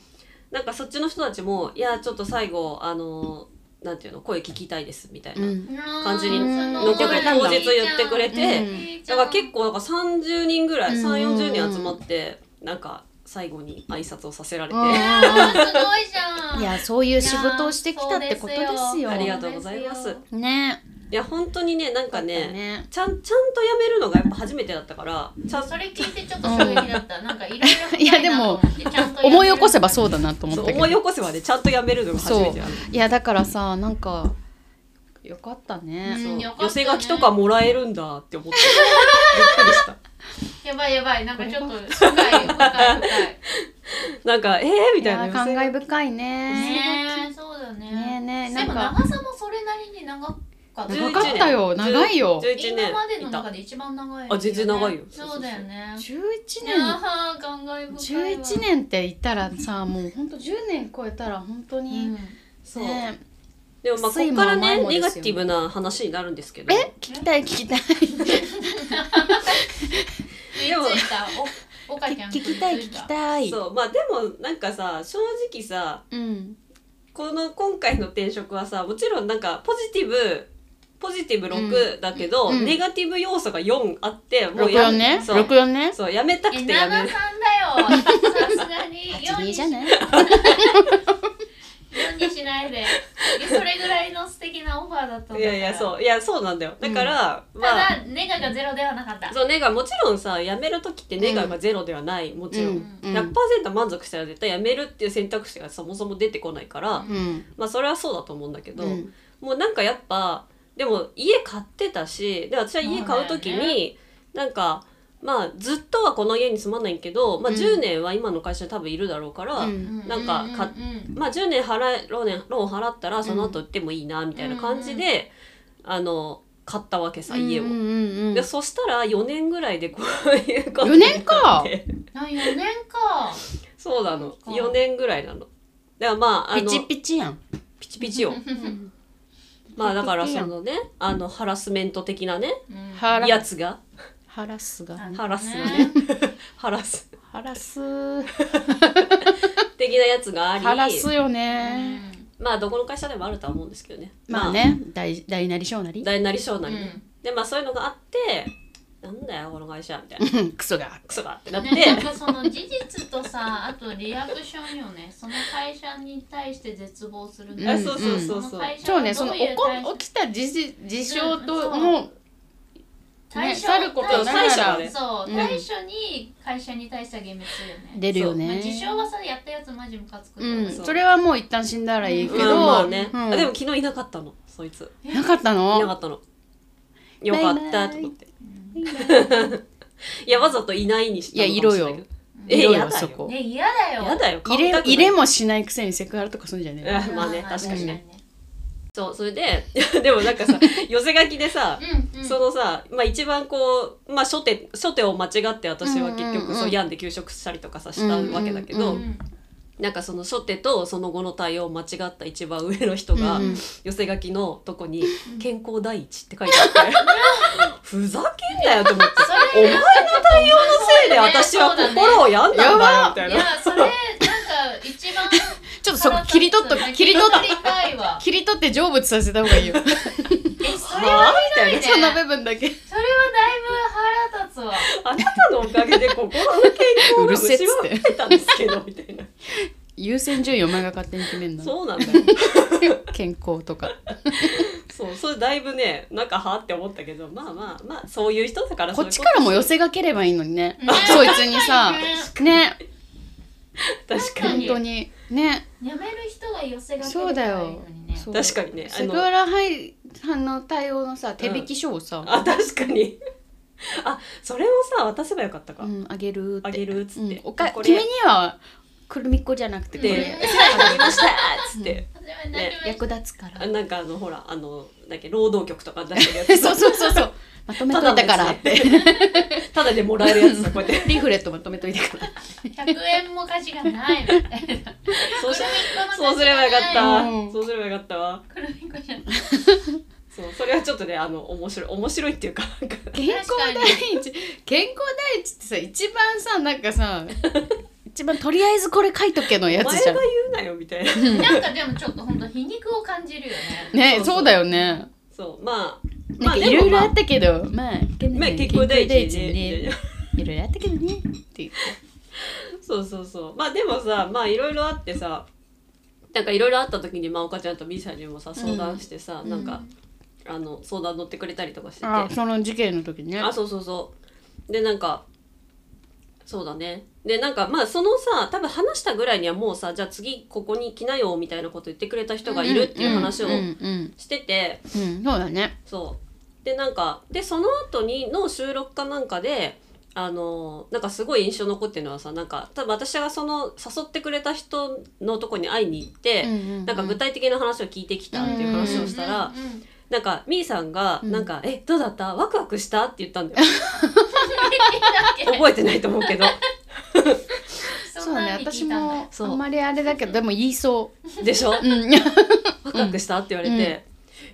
A: なんかそっちの人たちも「いやちょっと最後あのなんていうの声聞きたいです」みたいな、
B: うん
A: 感じに
B: 乗
A: ってくれ
B: て当
A: 日言ってくれてだから結
C: 構
A: 構なんか30人ぐらい
B: うん
A: 3
B: うんうん
A: 4 0人集まってなんか最後に挨拶をさせられて、
B: うんうん
C: すごいじゃん
B: いやそういう仕事をしてきたってことですよ
C: いやーそうですよ
A: ありがとうございます
B: ね
A: いや本当にねなんか
B: だ
A: ね
B: ね
A: ちゃんちゃんとやめるのがやっぱ初めてだったからちゃん
C: それ聞いてちょっと衝撃だったなんかいろいろ
B: いやでも思い起こせばそうだなと思っ
A: そ
B: た
A: う
B: けど
A: 思い起こせばねちゃんとやめるのが初めてだ
B: いやだからさなんかよかったね、
C: うんよかった
A: 寄
C: ね
A: せ書きとかもらえるんだって思ってびっくりした
C: やばいやばいなんかちょっと深い深い深い
A: なんかえー、み
B: い
A: たい
B: や
A: な
B: ー感慨深いね
C: ねえそうだね
B: ねえねえ
C: でも
B: なんか
C: 長さもそれなりに長かった
B: 長かったよ長いよ
A: 11年
C: 今までの
A: いた
C: 中で一番長いよね、
A: あ全然長いよ
C: そうだよね
B: 11年
C: ああ感慨深いわ
B: 11年って言ったらさもうほんと10年超えたら本当に、
C: うん
A: そう、
B: ね
A: でもまあこ
B: 酸い
A: こ
B: も
A: から
B: 甘い
A: ね
B: も
A: ネ
B: です
A: ガ
B: よね
A: ティブな話になるんですけど
B: え聞きたい聞きたい
C: でもおおかちゃん
B: 聞きたい聞きたい
A: そうまあでもなんかさ正直さ
B: うん
A: この今回の転職はさもちろんなんかポジティブポジティブ6だけど、
B: うん
A: ネガティブ要素が4あってもうや
B: 64ね
A: そう
B: 64ね
A: そうやめたく
C: え
A: てや
C: な
A: める
C: なさんだよさすがに
B: 8
C: 4
B: 人
C: に
B: じゃ
C: し
B: ない
C: 4にしないでいやそれぐらいの素敵なオファーだったんだから
A: いやいやそういやそうなんだよだから、ま
C: た
A: あ
C: だネガがゼロではなかった
A: そうネガもちろんさやめる時ってネガがゼロではない、もちろん、
B: うん
A: 100%満足したら絶対やめるっていう選択肢がそもそも出てこないから、
C: うん
B: うん
A: まあそれはそうだと思うんだけど、
B: うん
A: もうなんかやっぱでも家買ってたしで私は家買う時
C: そうだよ
A: になんかまあずっとはこの家に住まないけど、まあ、
B: うん
A: 10年は今の会社に多分いるだろうから、
B: うん
A: なんかか
C: うんうんうん
A: まあ、10年払えローンローン払ったらその後売ってもいいなみたいな感じで、あの買ったわけさ家を。
B: うんうんうん
A: でそしたら4年ぐらいでこういうこと
B: 4年か
A: になって
C: あ4年か
A: そうなの
C: そっか
A: 4年ぐらいなのだからまああ
B: ピ
A: の
B: チピチやん。
A: ピチピチよ
B: うん
A: まあだから
B: ピチピ
A: そ
B: チやん
A: のねあのハラスメント的なね
B: ハラ
A: やつが
B: ハラスが
A: ハラス
C: ね
A: ね ハラス
B: ハラス
A: 的なやつがあり
B: ハラスよ
C: う
B: ね。
C: ん
A: まあどこの会社でもあるとは思うんですけどね
B: まあね大大なり小なり。
A: 大なり小なりね、
C: うん
A: でまあそういうのがあってなんだよこの会社み たいな
B: うんクソが。
A: クソがって なって
C: ねなんかその事実とさあ とリアクションよねその会社に対して絶望するんだ
A: あ
C: よね
A: そうそうそうそう、
C: 会社
B: そう
C: が
B: ね
C: ど
B: その
C: い
B: 起こ
C: 対処
B: 起きた事実事象
C: う
B: と
C: ん
B: も
C: 対処
B: ねさること
A: ながら
C: そう、
B: うん
C: 対処に会社に対しては厳密よね。
B: 出るよね
C: まあ、事象はさやったやつマジムカつく
B: う
C: けど、
B: ん
C: そう
B: それはもう一旦死んだらいいけ
A: まあまあ
B: ど
A: ね、
B: うん
A: あでも昨日いなかったのそいつ
B: なかった
A: いなか
B: の
A: ったのよかったと思って いやわざといないにしたのかもしれないけどえ
B: いろい
A: や
B: ろ
A: だよ
B: そこ
C: ね嫌だよ。
A: やだよ
B: 入れ
A: 顔痛くな
B: 入
A: い
B: れもしないくせにセクハラとかするんじゃね
A: うんまあね確
B: かに
A: ね。そうそれで でもなんかさ寄せ書きでさ
C: うんうん。
A: そのさ、まあ、一番こう、まあ、初手初手を間違って私は結
B: うんうんう
A: 局
B: ん
A: そう病んで休職したりとかさしたわけだけど、
B: うん
C: うん
A: なんかその初手とその後の対応を間違った一番上の人が
B: うんうん
A: 寄せ書きのとこに
C: う
A: 「
C: ん
A: 健康第一」って書いてあって ふざけんなよと思って
C: それ
A: お前の対応のせいで私は心を病んだんだよみたい
C: い
A: な
C: やそれなんか一番
B: ちょ っとそこ切り取っと
C: 腹立つ
B: 切り取って
C: 切りたいわ。
B: 切り取って成仏させた方がい いよ
C: えそれは
A: はみたいな
B: その部分だけ
C: それはだいぶ腹立つわ。
A: あなたのおかげで心の健康
B: う
A: が
B: るせえっつ
A: 失
B: っ
A: わ
B: て
A: れてたんですけどみたいな
B: 優先順位お前が勝手に決めんの
A: そうなんだよ
B: 健康 とか
A: そうそれだいぶねなんかはあって思ったけどまあまあまあそういう人だから
B: こっちからも寄せがければいいのにね
C: ね
B: そいつに さね
A: そういうこと確か
C: か
A: に
C: に
B: 本当にね
C: やめる人が寄せが
B: そうだよ
C: そ
B: そうう
A: 確かにねあ
B: セク
A: の
B: ハラ配さんの対応のさ手引き書をさ、
A: あ確かにあそれをさ渡せばよかったか、
B: うん、あげるって
A: あげるっつって
B: うんおか
A: これ
B: 君にはくるみっこじゃなくて
A: で「
B: これ
A: あげました!」っつって、
B: 役立つから
A: あなんかあのほらあのだっけ労働局とか出してるやつ
B: そうそうそうそうまとめといたからって
A: ただでもらえるやつさこうやって
B: リーフレットまとめといたから
C: 100円も価値がないみたいな。
A: そうし
C: そ
A: そうすればよかった、
B: うん
A: そうすればよかったわ
C: くるみっこじゃない
A: そうそれはちょっとねあの面白い面白いっていうかなんか
B: 健康第一健康第一ってさ一番さなんかさ一番とりあえずこれ書いとけの
A: お前
B: や
A: が
B: つじゃ
A: 言
B: ん
A: うなよみたいな
C: なんかでもちょっと本当皮肉を感じるよ
B: ね
C: ね。
A: そうそう
B: そうだよね
A: そうまあま
B: な
A: あ
B: んかい
A: で
B: ろ
A: も
B: いろあ
A: ま
B: ったけどまあ
A: あ、まあ、結構大事
B: 健康第一
A: ね
B: ねいろいろあったけどねって
A: そうそうそうまあでもさまあいろいろあってさなんかいろいろあった時にまあおかちゃんとみーさんにもさ相談してさ、なんか、あの相談乗ってくれたりとかしてて
B: あその事件の時ね
A: あそうそうそうでなんかそうだねでなんかまあそのさ多分話したぐらいにはもうさじゃあ次ここに来なよみたいなこと言ってくれた人がいるっていう話を
B: うんうん
A: してて
B: うんうんそうだね
A: そうでなんかでその後にの収録かなんかであのなんかすごい印象残ってるのはさなんか多分私がその誘ってくれた人のとこに会いに行って、なんか具体的な話を聞いてきたっていう話をしたら、なんかみーさんが「
B: うん
A: なんか、えどうだったワクワクした?」って言ったんだよ
C: だ
A: 覚えてないと思うけど
B: そうね私も
A: そう
B: あんまりあれだけどでも言いそ
A: でしょ
B: う、 うん、
A: ワクワクしたって言われて、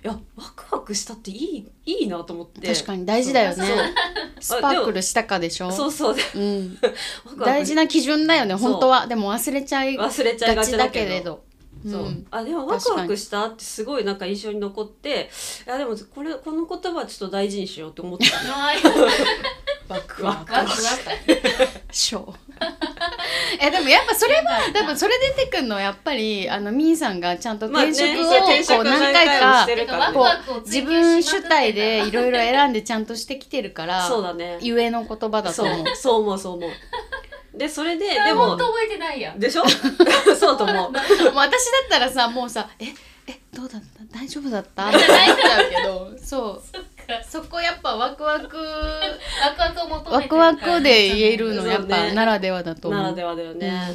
A: いやワクワクしたっていいいいなと思って
B: 確かに大事だよね
A: そう
B: スパークルしたかでしょ
A: そうそうそう
B: うん、
A: ワクワク
B: 大事な基準だよ
A: そ
B: ね
A: う
B: 本当はでも忘れちゃいが
A: 忘れちゃいがち
B: ちだ
A: だ
B: け
A: け
B: れ
A: ど
B: どうん
A: そうあでもワ
B: 確
A: ク
B: かに
A: ワクしたってすごいなんか印象に残っていやでもこれこの言葉はちょっと大事にしようと思ってた ワクワク
B: しょう えでもやっぱそれは多分それ出てくるのはやっぱりあのみーさんがちゃんと
A: まあね
B: 転職を
A: 転職
B: こう
A: を
B: 何
A: 何
B: 回
A: 回
B: か
A: かしてるから、ね
B: こう自分主体でいろいろ選んでちゃんとしてきてるから
A: そうだね
B: ゆえの言葉だと
A: そ
B: 思う
A: うそう思うそう思うでそれでで
C: でも
A: も
C: 覚えてないや。
A: でしょそうと思う
B: もう私だったらさもうさ「ええどうだった大丈夫だった?」ってなっちゃうけどそう
C: から
B: そこやっぱワクワク
C: ワクワクを求
B: ワ
C: めて
B: クワクで言え
A: そ
B: る
A: う
B: の
A: ね
B: やっぱならではだと思う。
A: ならではだよね、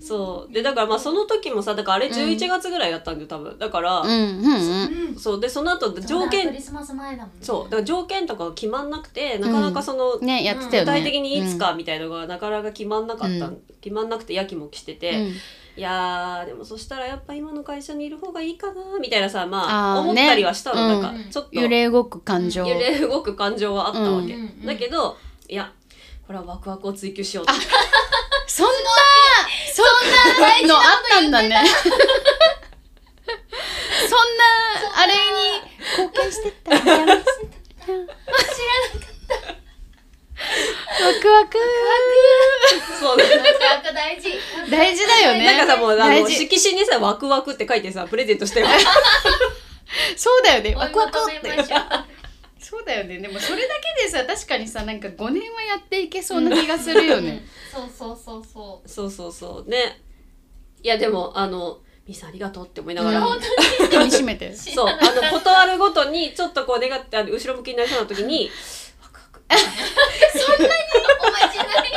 A: そうでだからまあその時もさだからあれ11月ぐらいだったんだよ多分だから、
B: うんうんうん。
C: うん
A: そうでその後条
C: ク
A: 件
C: リスマス前だもんね
A: そうだから条件とかが決まんなくてなかなかその、
B: ねやってたよね。
A: 具体的にいつかみたいのがなかなか決まんなかった、
B: うん
A: 決まんなくてやきもきしてて、
B: うん。うん
A: いやーでもそしたらやっぱ今の会社にいる方がいいかなみたいなさまあ
B: あー
A: 思ったりはしたの、
B: ね
A: なん
C: う
A: か
C: ん
A: ちょっと
B: 揺れ動く感情。
A: 揺れ動く感情はあったわけ、
C: うんうん
A: だけどいやこれはワクワクを追求しようと
B: そんなそんなのあったんだね。 そんなあれに貢献してったらやめてた。知らなかった。ワクワク
A: そうだ
C: ワクワク大事
B: 大事だよね。
A: なんかさもうあ
B: 大
A: の
B: 事
A: 色紙にさ「ワクワク」って書いてさプレゼントして よ
B: そうだよね。
C: ワ
B: ワ
C: ク
B: ク
C: ワ
B: ワ
C: ク
B: クっ
C: を追い求めま
B: て
C: し。ょう
B: そうだよね。でもそれだけでさ確かにさなんか5年はやっていけそうな気がするよね。
C: うんそうそうそうそ
A: そうそうそうねいやでもあの「ミさんありがとう」って思いなが
B: う
A: ら、
B: ん
C: う本当に
B: 手に締めて。
A: そうあの断るごとにちょっとこう願ってあの後ろ向きになりそうな時に「ワクワク」
C: おまじないお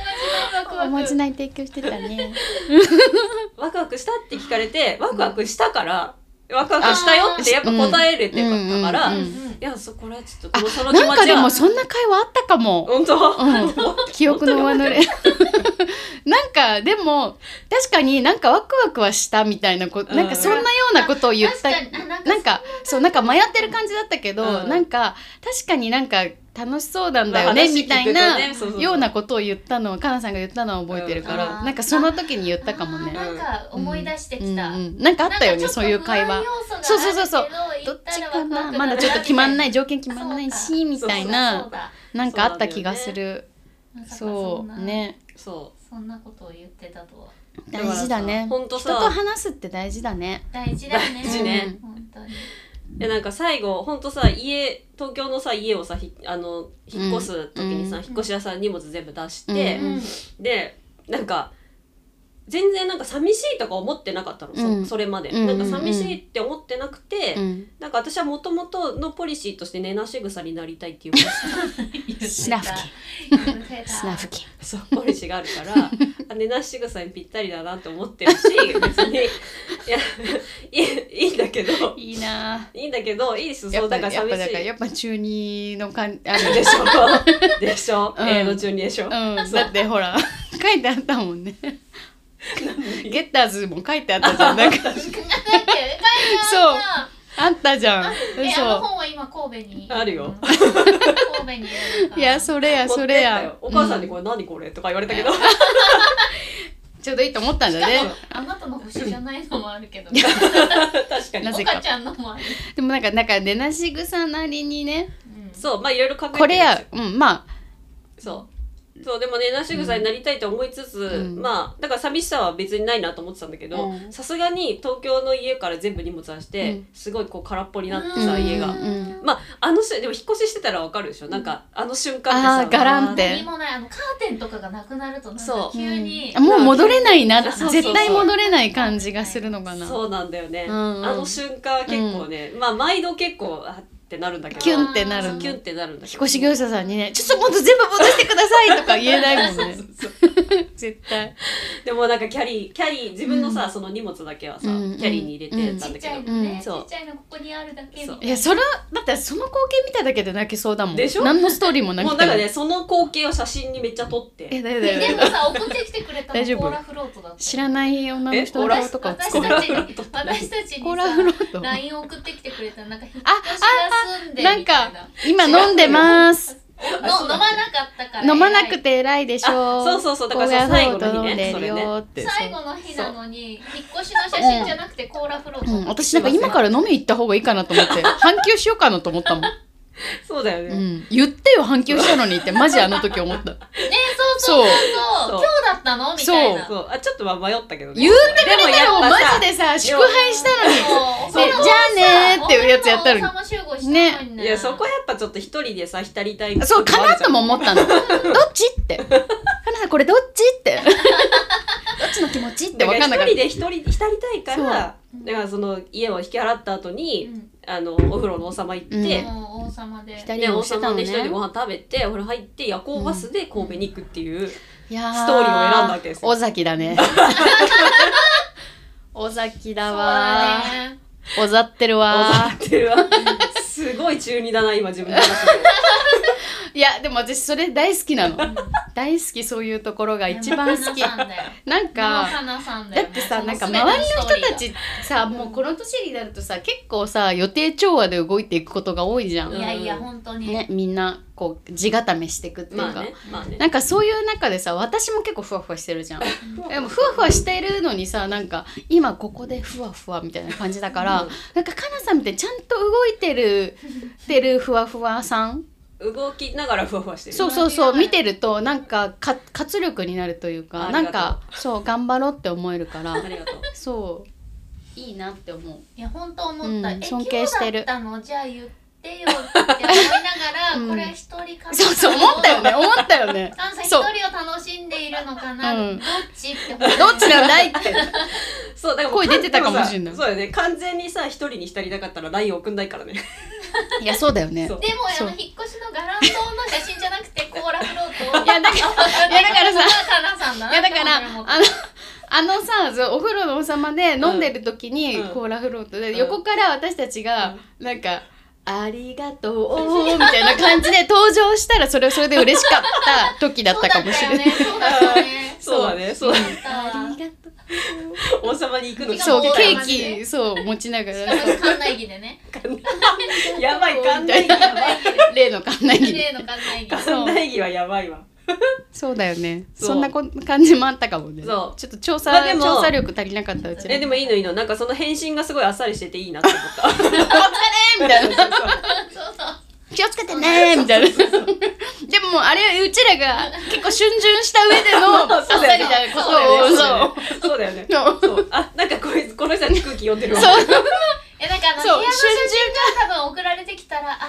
C: まじないワクワ
B: お
C: ク
B: まじない提供してたね。
A: ワクワクしたって聞かれて、ワクワクしたから、ワクワクしたよってやっぱ答えれてたから、
B: うんうん
A: い
B: うん
A: や、そこらちょっと、
B: あ
A: このその気
B: なん
A: 持
B: か
A: ち
B: でも
A: は、
B: そんな会話あったかも。
A: 本当、
B: うん、記憶の上 塗れなんかでも確かになんかワクワクはしたみたいなこ
A: うん
B: なんかそんなようなことを言った
C: 確かにあなんか
B: なんかそうなんか迷ってる感じだったけど、
A: うん
B: なんか確かになんか楽しそうなん
A: まあ
B: だよね
A: 話聞く
B: み
A: と
B: た
A: ね
B: いな
A: そうそうそう
B: ようなことを言ったのをかなさんが言ったのを覚えてるから、
C: うん
B: なんかその時に言ったかも
C: あー
B: ね。
C: なんか思い出してきた、
B: うんうんなんかあったよねそういう会話。
C: そ
B: そうう
C: そ
B: そうう
C: そ
B: そうう
C: そ
B: そうう
C: ど
B: ど
C: っ
B: っ
C: ち
B: ち
C: か
B: か
C: な
B: な
C: ま
B: ま
C: だ
B: だ
C: ち
B: ち
C: ょ
B: ょっ
C: っ
B: と
C: と決
B: 決
C: ま
B: ま
C: ん
B: ん
C: な
B: ないい条件決まんないしみたいななんかあった気がするそうね
A: そ
C: そんなことを言ってたとは
A: だ
B: 大
A: からさ
B: 事だね
A: ほんと
B: 人
A: さ
B: と話すって大事だね
C: 大事だね
A: 大事ね
C: 本当に
A: う。で、なんか最後、ほんとさ、家、東京のさ、家をさ、ひあの、引っ越す時にさ、
B: うん
A: 引っ越し屋さん荷物全部出して、
B: うん
A: で、なんか、全然なんか寂しいとか思ってなかったの、
B: うん
A: そそれまで、
B: うん
A: なんか寂しいって思ってなくて、
B: うん
A: なんか私はもともとのポリシーとして寝なし草になりたい っていうポリシー
B: スナフキ
C: キ
B: スナフキ
A: そうポリシーがある からあ寝なし草にぴったりだなって思ってるし別にいやいいいいんだけど
B: いいなぁ
A: いいんだけどいいです
B: や
A: そう
B: っぱ
A: だから
B: やっぱ
A: 寂
B: だ
A: し
B: から
A: い
B: やっぱ中二の感あ る
A: でしょでしょ、
B: うん
A: 英語中にでしょ、
B: うん
A: そう
B: だってほら書いてあったもんねゲッターズも書いてあったじゃん なんか
C: そう
B: あったじゃん
C: えあの
B: そ
C: 本は今神戸に
A: あるよ
C: うん神戸にるから
B: ういやそれや
A: 持
B: それ
A: って
B: や
A: ったよお母さん
B: う
A: にこれ何これとか言われたけど、
B: ちょうどいいと思ったんだね
C: あなたの星じゃないのもあ るけど
A: 確かに
B: なぜ
C: 岡ちゃんのもある
B: でもなんかなんか出なし草なりにね
C: うん
A: そうまあいろいろ考えて
B: これ
A: るんです
B: や
A: よ
B: うんまあ
A: そうそうでもねなしぐさになりたいと思いつつ、
B: うん
A: まあだから寂しさは別にないなと思ってたんだけど
B: うん
A: さすがに東京の家から全部荷物出して、
B: うん
A: すごいこう空っぽになってさ、
B: うん
A: 家が
B: うん
A: まああのしでも引っ越ししてたらわかるでしょなんかあの瞬間
B: あーガランって
C: 何もないあのカーテンとかがなくなるとなん
A: そ
C: か
A: う
C: 急に
B: あもう戻れないな
A: そうそうそう
B: 絶対戻れない感じがするのかな
A: そうなんだよね、
B: うんうん
A: あの瞬間は結構ね、まあ毎度結構あってなるんだけど
B: キュンってなる
A: そう
B: の
A: キュンっ
B: 引
A: てなるんだけど
B: っ越し業者さんにね「ちょっともっと全部戻してください」とか言えないもんね絶対
A: でもなんかキャリーキャリー自分のさ、その荷物だけはさ、
B: うん
A: キャリーに入れてた
C: ち
A: ん
C: っ
A: だ
C: ち
A: け
C: ゃ
A: ど、
C: いのね、
A: うん
C: ち
A: そう
C: っちゃいのここにあるだけみたい
B: い
C: な
B: やそれだってその光景見ただけで泣けそうだもん
A: でしょ
B: 何のストーリーもな
A: もうな
B: くて
A: んか
B: も
A: ねその光景を写真にめっちゃ撮って
B: えだよだよだ
C: で
B: よ
C: もさ送ってきてくれたの
B: 大丈夫
C: コーラフロートだった
B: 知らない女の人
A: えコー
B: の
A: ラ
B: 顔
C: 私
B: とかを
C: 私
B: 作
A: コ
B: る
A: ー
C: た
A: ラ
C: ち
A: フロート
C: に私たち
B: コー
C: に
B: ラフロ
C: さ
B: ート
C: LINE 送ってきてくれたなんか引っ
B: あ
C: 越しが住んでみたいな
B: なんか今飲んでます
C: の飲まなかったから
B: 飲まなくて偉いでしょ
A: あそうそうそうだからその最後の日ね
B: コーラフロート飲んでるよーってそう
C: 最後の日なのに引っ越しの写真じゃなくてコーラフロート、
B: うん、私なんか今から飲み行った方がいいかなと 思って反響しようかなと思ったもん、
A: そうだよね、
B: うん、言ってよ反響したのにってマジあの時思った
C: ねそうそうそう
A: そ
C: そうう今日だったのみたいな
A: そうあちょっとまあ迷ったけどね
B: 言ってくれた
A: でも
B: よ
A: やっ
B: マ
A: ぱさ
B: ジでさ祝杯したのに
C: そう
B: ね
C: お
B: じゃあねーっていうやつやったのに
C: お様集合したのに
A: いやそこやっぱちょっと一人でさ浸りたい
B: そうかなとも思
A: っ
B: ったのどっちってかなさんこれどっち ってどっちの気持ちって
A: だか
B: 分
A: ら
B: かんなか
A: 一
B: った
A: 人で一人浸りたいから
C: そう
A: だからその家を引き払った後に、
C: うん
A: あのお風呂の王様行って、
B: うん
A: ね
C: もう王様で
B: 二人
A: 王
B: もしてた
A: 様
B: の
A: で
B: ね
A: 一人でご飯食べてお風呂入って夜行バスで神戸に行くっていう、
B: いや
A: ストーリーを選んだわけですよ
B: 尾崎 だね尾崎だわ
C: そうだね
B: 尾ざってるわ
A: ああっていうわすごい中二だな今自分の話で
B: いやでも私それ大好きなの大好きそういうところが一番好き
C: 菜の花さんだよ
B: なん
C: 菜の
B: か
C: 花さんだ
B: だ
C: よ
B: っ
C: ね
B: てさ
C: そ
B: なんか周
C: 全て
B: りの
C: ストーリー
B: 人たちさもうこの年になるとさ結構さ予定調和で動いていくことが多いじゃん、
A: うん
C: がいやいや本当に、
B: ね、みんなこう地固めしていくっていうか、
A: まあねまあね
B: なんかそういう中でさ私も結構ふわふわしてるじゃんでもふわふわしてるのにさなんか今ここでふわふわみたいな感じだから、
A: うん
B: なんかかなさんみたいにちゃんと動いてるてるふわふわさん
A: 動きながらふわふわしてる
B: そうそうそう
C: 学びがある
B: 見てるとなんかか活力になるというか
A: あ
B: な
A: り
B: ん
A: がとう
B: かそう頑張ろうって思えるから
A: ありがとう
B: そういいなって思う
C: いや本当思った、
B: うん
C: え
B: 尊敬してる
C: 今日だったのじゃあ言ってよって思いながら、
B: うん
C: これ一人かな
B: そうそう思ったよね思ったよ ね
C: 関西一人
B: そう
C: を楽しんでいるのかな、
B: うん
C: どっちってど
B: どっちなんだいって
A: そうだから
B: 声出てたかもしんない
A: でさそうだよね完全にさ一人に浸りたかったら LINE 送んないからね
B: いやそうだよね
A: そう
C: でもあ
B: そう
C: の引っ越しのガランドの写真じゃなくてコーラフロートを
B: いやだから
C: い
B: いやだからさ
C: かなさんだ
B: い
C: な
B: や
C: って
B: だか
C: 思う
B: ら
C: のも
B: あのあのさそうお風呂の王様で飲んでる時に、
A: うん
B: コーラフロートで、
A: うん
B: 横から私たちが、なんか「ありがとう」みたいな感じで登場したらそれはそれで嬉しかった時だったかもしれない。
C: そうだったよね
A: そうだねそうだね
C: そうだ
B: あ
C: ね
B: りがとう
A: 王様に行くの
B: そう
C: しかも
B: ケ
C: マジ
B: ーキ
C: で
B: そう持ちながら
C: しかも館内着でね
A: やばい館 内着
B: みたいな
A: やばい
B: 例の館内
C: 綺
B: に
C: 麗の館内着
A: 館内着はやばいわ
B: そうだよね
A: そ
B: そうそんなこん感じもあったかもね
A: そう
B: ちょっと調査、
A: まあでも
B: 調査力足りなかったうち
A: え
B: ら
A: でもいいのいいのなんかその返信がすごいあっさりしてていいなって思った
B: みたいな
C: そうそう
B: 気をつけてねみたいなでもあれうちらが結構逡巡した上でのあっ
A: そう
B: さ
A: だ
B: り
A: よ
B: な
A: ね
B: こ
A: そうだ
B: と
A: よ
B: を
A: ねそうだよね
B: そう
A: そうあなんかこいつこの人たち空気読んでるわ
B: そう
C: えなんかあの部
B: そう
C: 屋の写真が多分送られてきたらあ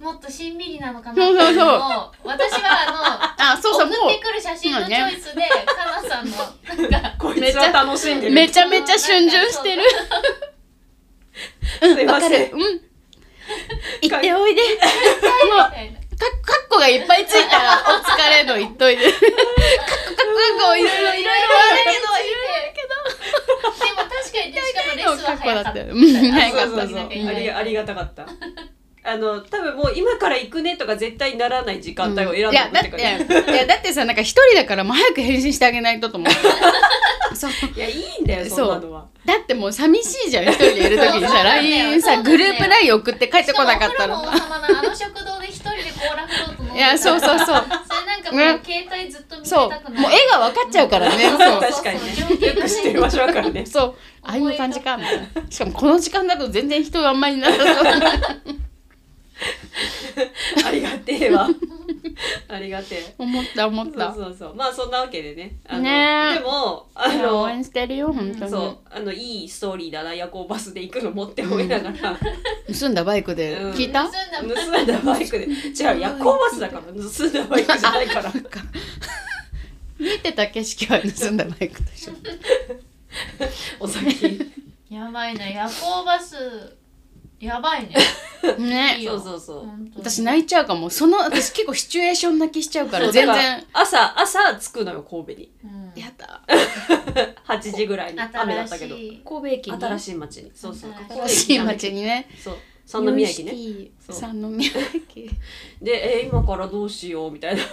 C: もっとしんみりなのかなって
B: そうそうそう
C: いうのを私はあ
B: あ
C: の
B: そうそうも
C: 送ってくる写真のチョイスで、かなさんのなんか
A: こいつは楽しんで
B: う
A: る
B: めちゃめちゃ逡巡してる
A: すい
B: わ
A: ま
B: か
A: せ
B: る
A: ん
B: うん行っておい でもう
C: みたいな
B: かカッコがいっぱいついたら「お疲れ」の言っといてカッコカッコカッコいろいろいろいろ
C: でも確かにねしかもレ
B: あるけど
C: ス
B: カ
C: は
B: ッコだ
C: 早
B: っ
C: かったた
B: ようん早
A: そ
B: か
A: う
B: っ
A: そう
B: た
A: そうあ
C: うん
A: りありがたかったあの多分もう今から行くねとか絶対ならない時間帯を選ん
B: い
A: で
B: や
A: 送
B: だ
A: っ
B: って
A: く
B: て
A: る、
B: いやだってさなんか一人だからもう早く返信してあげないとと思うそう
A: いやいいんだよそんなのは
B: だってもう寂しいじゃん一人でいる時に
C: そう
B: さ
C: そうなんだよ
B: LINE
C: そ
B: さ
C: うなんだ
B: グ
C: よ
B: ループ LINE 送って帰って
C: し
B: こ
C: かも
B: なかった
C: お
B: の
C: 風呂も王様のあの食堂で一人でコーラフロート飲んでた
B: いやそうそうそう
C: それなんかも
B: ね
C: う携帯ずっと見て
B: そう
C: たくなる
B: もう絵が分かっちゃうからね
C: そう
B: そう
A: 確かにね
C: そうそう
A: よく知ってる場所だからね
B: そうああいう感じかみたいなしかもこの時間だと全然人があんまりなさそう
A: ありがてえわ ありがてえ
B: 思った思っ
A: そう
B: た
A: そうそうまあそんなわけでねあの
B: ねえ
A: でもあ
B: いや応
A: の
B: 援してるよ本当に
A: そうあのいいストーリーだな夜行バスで行くの持って思いな がら、
B: 盗んだバイクで
A: うん
B: 聞いた、
C: 盗んだ
A: 盗んだバイクでじゃあ夜行バスだから盗んだバイクじゃない から
B: なんか見えてた景色は盗んだバイクと一緒
A: お先
C: やばいな夜行バスやばいねいい
B: ね
C: よ
A: そうそうそう
C: 本当に
B: 私泣いちゃうかもその私結構シチュエーション泣きしちゃうから全
A: だから
B: 然
A: 朝朝着くのよ神戸に
C: うん
B: やだ
A: 8時ぐらいに雨だった
C: 新
A: けど
C: しい
B: 神戸駅
A: 新しい町にそうそう
B: 新しい町にね
A: そう三宮駅ね
B: ね
A: そう
B: 三宮駅い
A: で、えー今からどうしようみたい な
B: や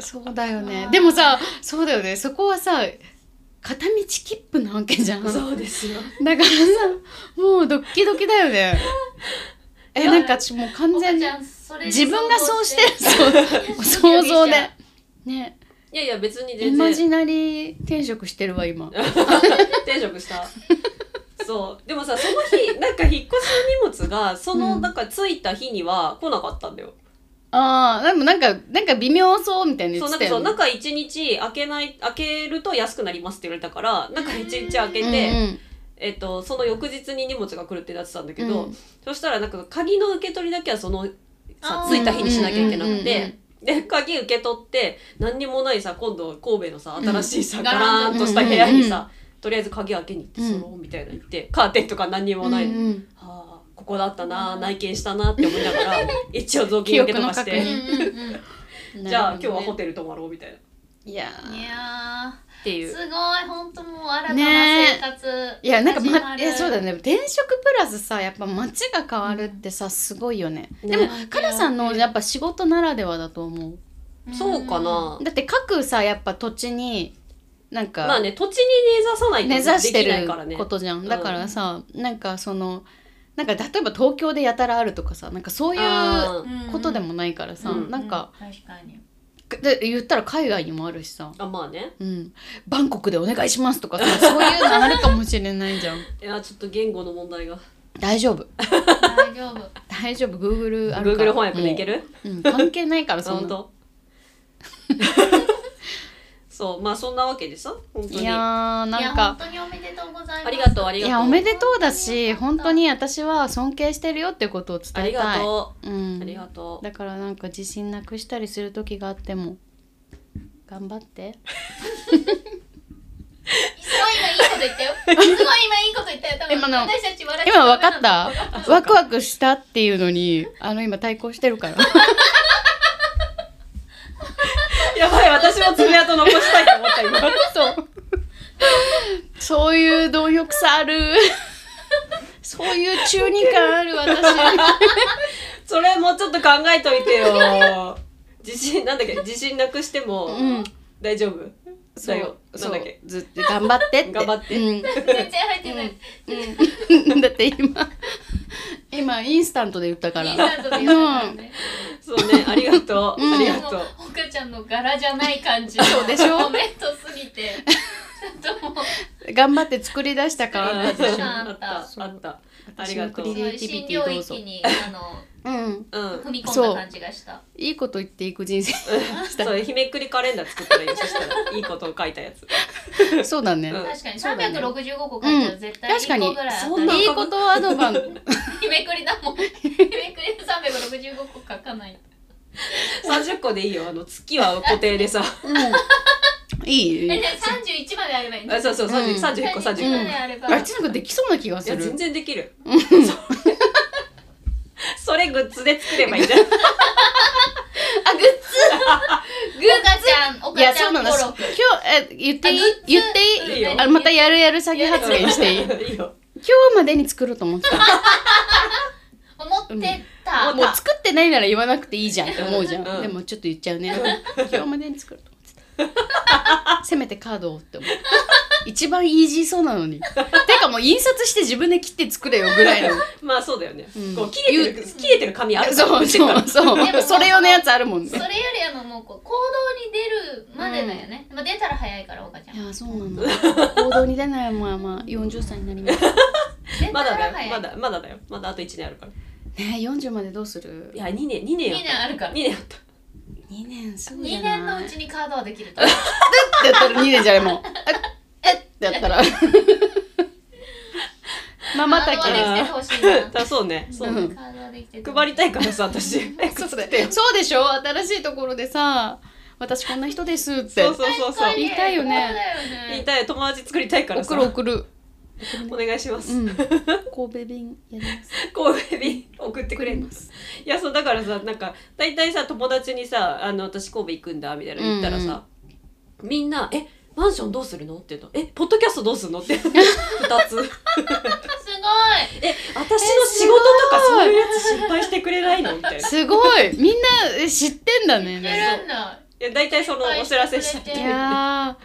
B: そうだよねでもさそうだよねそこはさ片道切符なわけじゃんだか
A: そうですよ
B: らさもうドッキドキだよねえなんか私もう完全に
C: 岡ちゃんそれに
B: 自分がそうして
C: 想
B: るそう想像でね
A: いやいや別に
B: イ
A: 全
B: マ
A: 然
B: ジナリー転職してるわ今
A: 転職したそうでもさその 日なんか引っ越しの荷物がその、
B: うん
A: なんか着いた日には来なかったんだよ
B: ああでもなんかなんか微妙そうみたいな
A: そう
B: 言っ
A: なん
B: て
A: か
B: た
A: そう
B: よね
A: 中1日開けない開けると安くなりますって言われたから中1日開けて、
B: うん
A: えっと、その翌日に荷物が来るってなってたんだけど、
B: うん
A: そしたらなんか鍵の受け取りだけはそのさ
C: あー
A: 着いた日にしなきゃいけなく
B: うんうんうん
A: て。で鍵受け取って何にもないさ今度神戸のさ新しいさ、
C: うん
A: ガラーンとした部屋にさ、とりあえず鍵開けに行って
B: うん
A: そろうみたいな言ってカーテンとか何にもない、
B: うんうん
A: はあここだったな内見したなって思いな がら一応雑巾がけとかし
B: 記憶の確
A: て
B: 認
C: うんうん
A: じゃあ今日はホ
B: テ
A: テル泊まろうみたいなっ
B: ルいや
C: うんい
B: ー
C: や
A: て
C: ー
A: いう
C: すごい本当もう新たな生活、
B: いやなんか、
C: 始ま
B: ま、
C: る
B: いやそうだね転職プラスさやっぱ街が変わるってさすごいよね
A: ね
B: でもかなさんのやっぱ仕事ならではだと思う
A: そうかな
B: だって各さやっぱ土地になんか、
A: まあね土地に根ざさないと
B: 根ざして
A: できない
B: る
A: からね
B: ことじゃん、だからさなんかそのなんか例えば東京でやたらあるとかさなんかそういう
A: あ
C: うんうん
B: ことでもないからさ、
A: うんうん
B: なんか、
C: う確かに
B: で言ったら海外にもあるしさ、
A: ーあまあね
B: うん、バンコクでお願いしますとかさそういうのあるかもしれないじゃん
A: いやちょっと言語の問題が
B: 大丈夫
C: 大丈夫
B: 大丈夫 Google ある
A: Google
B: から
A: 翻訳でいけ
B: る、
A: る
B: もううん、関係ないからそ
A: 本
B: んな
A: 当 そうまあそんなわけでさ本当に
B: いやー
C: いや
B: なん
C: 本
B: か
C: 当におめでとうございます
A: ありがとうあり
B: い
A: がとう
B: やおめでとうだし本当に私は尊敬してるよってことを伝えた
A: あ
B: い
A: りがと
B: う、
A: う
B: ん、
A: ありがとう
B: だからなんか自信なくしたりする時があっても頑張 って
C: すごい今いいこと 言ったよ。すごい今いいこと言ったよ。多分
B: 今の
C: 私たち笑っちゃ
B: 今分か
C: ダ
B: っ
C: メな
B: た
C: の
B: ワクワクしたっていうのにあの今対抗してるから
A: やばい私も爪痕残したいと思った今
B: そうそういう貪欲さあるそういう中二感ある私
A: それもうちょっと考えといてよ自信なんだっけ自信なくしても、
B: うん
A: 大丈夫
B: そ
A: だよ
B: う
A: な
B: そ
A: んだっ
B: う
A: け
B: ずっと頑張ってって
A: 頑張って
B: うん
C: 全然入ってない。
B: うん、 だって今今インスタントで言ったから
C: インスタントで言われたんで
A: そうねありがとう、
B: うん
A: あり
C: で
A: が
C: も
A: とう
C: ほかちゃんの柄じゃない感じ。そう
B: でしょ
C: コメントすぎて。ちょっともう
B: 頑張って作り出したか
A: ああ
B: らあ
A: っ
B: ったでしょ
A: たあったあったありがとう
B: 私のクリエイティビ
C: 新
B: ティ
C: 領
B: どうぞ
C: 域 にあの
B: うん
A: うん
C: 踏み込んだ感じがした。
B: いいこと言っていく人生
A: そう日めくりカレンダー作ったらいいよそしたらいいことを書いたやつ
B: そうだね、
A: うん
C: 確かに
B: そう
C: 三
B: だ
C: 百
B: ね
C: 六十五個書いたら絶対
B: うん確か
C: 一
B: に
C: 個ぐらい
A: そんな
C: あ
B: いいことアドバン
C: った。日めくりだもん。日めくりで三百六十五個書かない。
A: 30個でいいよあの月は固定でさ
B: うんいい
C: え
B: い
C: で
B: い
C: 三十一まであればいいんだ
A: あ。そうそう30 31個31個、
C: 31
A: い
C: まであれば。
B: あっちの子できそうな気がす
A: や
B: る
A: 全然できる それそれグッズで作ればいいんだ
C: あ、グッズ岡ちゃん、
B: い
C: 岡
B: や
C: ちゃ
B: そうんなの
C: 登
B: 今
C: 録
B: 日え言っていい
C: あグッズ
B: 言ってい
A: い
B: い
A: いよ
B: あまたやるやる詐欺発言していい 今
A: いいよ
B: 日までに作ろうと思ってた
C: 思って
A: う
C: た。
A: ん
B: もう作ってないなら言わなくていいじゃんって思うじゃん、
A: うん
B: でもちょっと言っちゃうね今日までに作ろうと思ってたせめてカードをって思う一番イージーそうなのにてかもう印刷して自分で切って作れよぐらいの
A: まあそうだよね、
B: うん
A: こう切れてる切れてる紙あるから
B: そうそう
C: で も
B: そう。それ用のやつあるもん
C: それ
B: ね
C: よ。りあのもうこう行動に出るまでだよね。まあ出たら早いから岡ちゃん
B: い。やそうなの。行動に出ないまま40歳になります。
C: 出
A: ま
C: た
A: だ
C: ら
A: だ
C: 早い。
A: よまだまだだよまだあと1年あるから
B: ね40までどうする
A: い？や2年2年や
C: 二年あるから
A: 2年やった
B: 2年すぐじ
C: 二
B: ゃない。
C: 年のうちにカードはできると。
B: ってやったら2年じゃないもん。ええってや ったら。ママタケ
C: カードはできてほしいな。
A: だそうねそうね、
B: ん
C: カードはできててほし
A: 配りたいからさ私
B: そうだよそうでしょ新しいところでさ私こんな人ですって
A: そうそうそうそう
B: 言いたいよね
C: そうだよ
A: 言い
C: ね。
A: たい友達作りたいからさ
B: 送る送る
A: お願いします、
B: うん神戸便やります
A: 神戸に送ってくれるの
B: す
A: いやそうだからさなんか大体さ友達にさ「あの私神戸行くんだ」みたいな言ったらさ、みんな「えマンションどうするの?」って言うと「えポッドキャストどうするの?」って二つ「え私の
C: すご
A: 仕事とかそういうやつ心配してくれないの?」みたいない
B: すごいみんなえ知ってんだね
C: い。出るんだ。
A: や大体そのお知らせした
B: い
A: い
B: や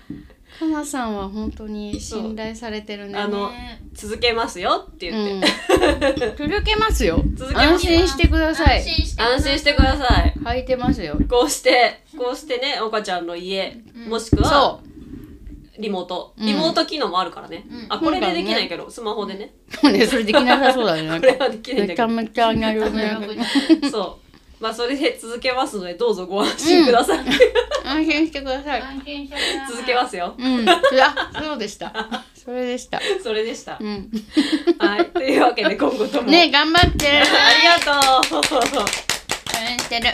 B: ーかなさんは本当に信頼されてるね。
A: あの
C: ね
A: 続けますよって言って、
B: うん、続けますよ。
A: 続けま
B: 安
A: す
B: 心してください
C: 安。心してください
A: 安心してください
B: 履いてますよ。
A: こうしてこうしてね岡ちゃんの家、
C: うん
A: もしくは
B: そう。
A: リモート
B: うん
A: リモート機能もあるからね、
C: うん
A: あこれでできないけど、スマホでね
B: でもね、それできなさそうだね。なん
A: これ
B: か
A: はできないんだ
B: め
A: け
B: ちゃ
A: ど
B: めちゃなるね。
C: 安
A: そう。まあそれで続けますのでどうぞご安心ください。
B: 安心してください。
C: 心してください。
A: 続けますよ。
B: うん。あ、そうでした。それでした。
A: それでした
B: う。ん。
A: はい。というわけで今後とも。
B: ね、頑張って。
A: ありがとう。
B: 応援してる。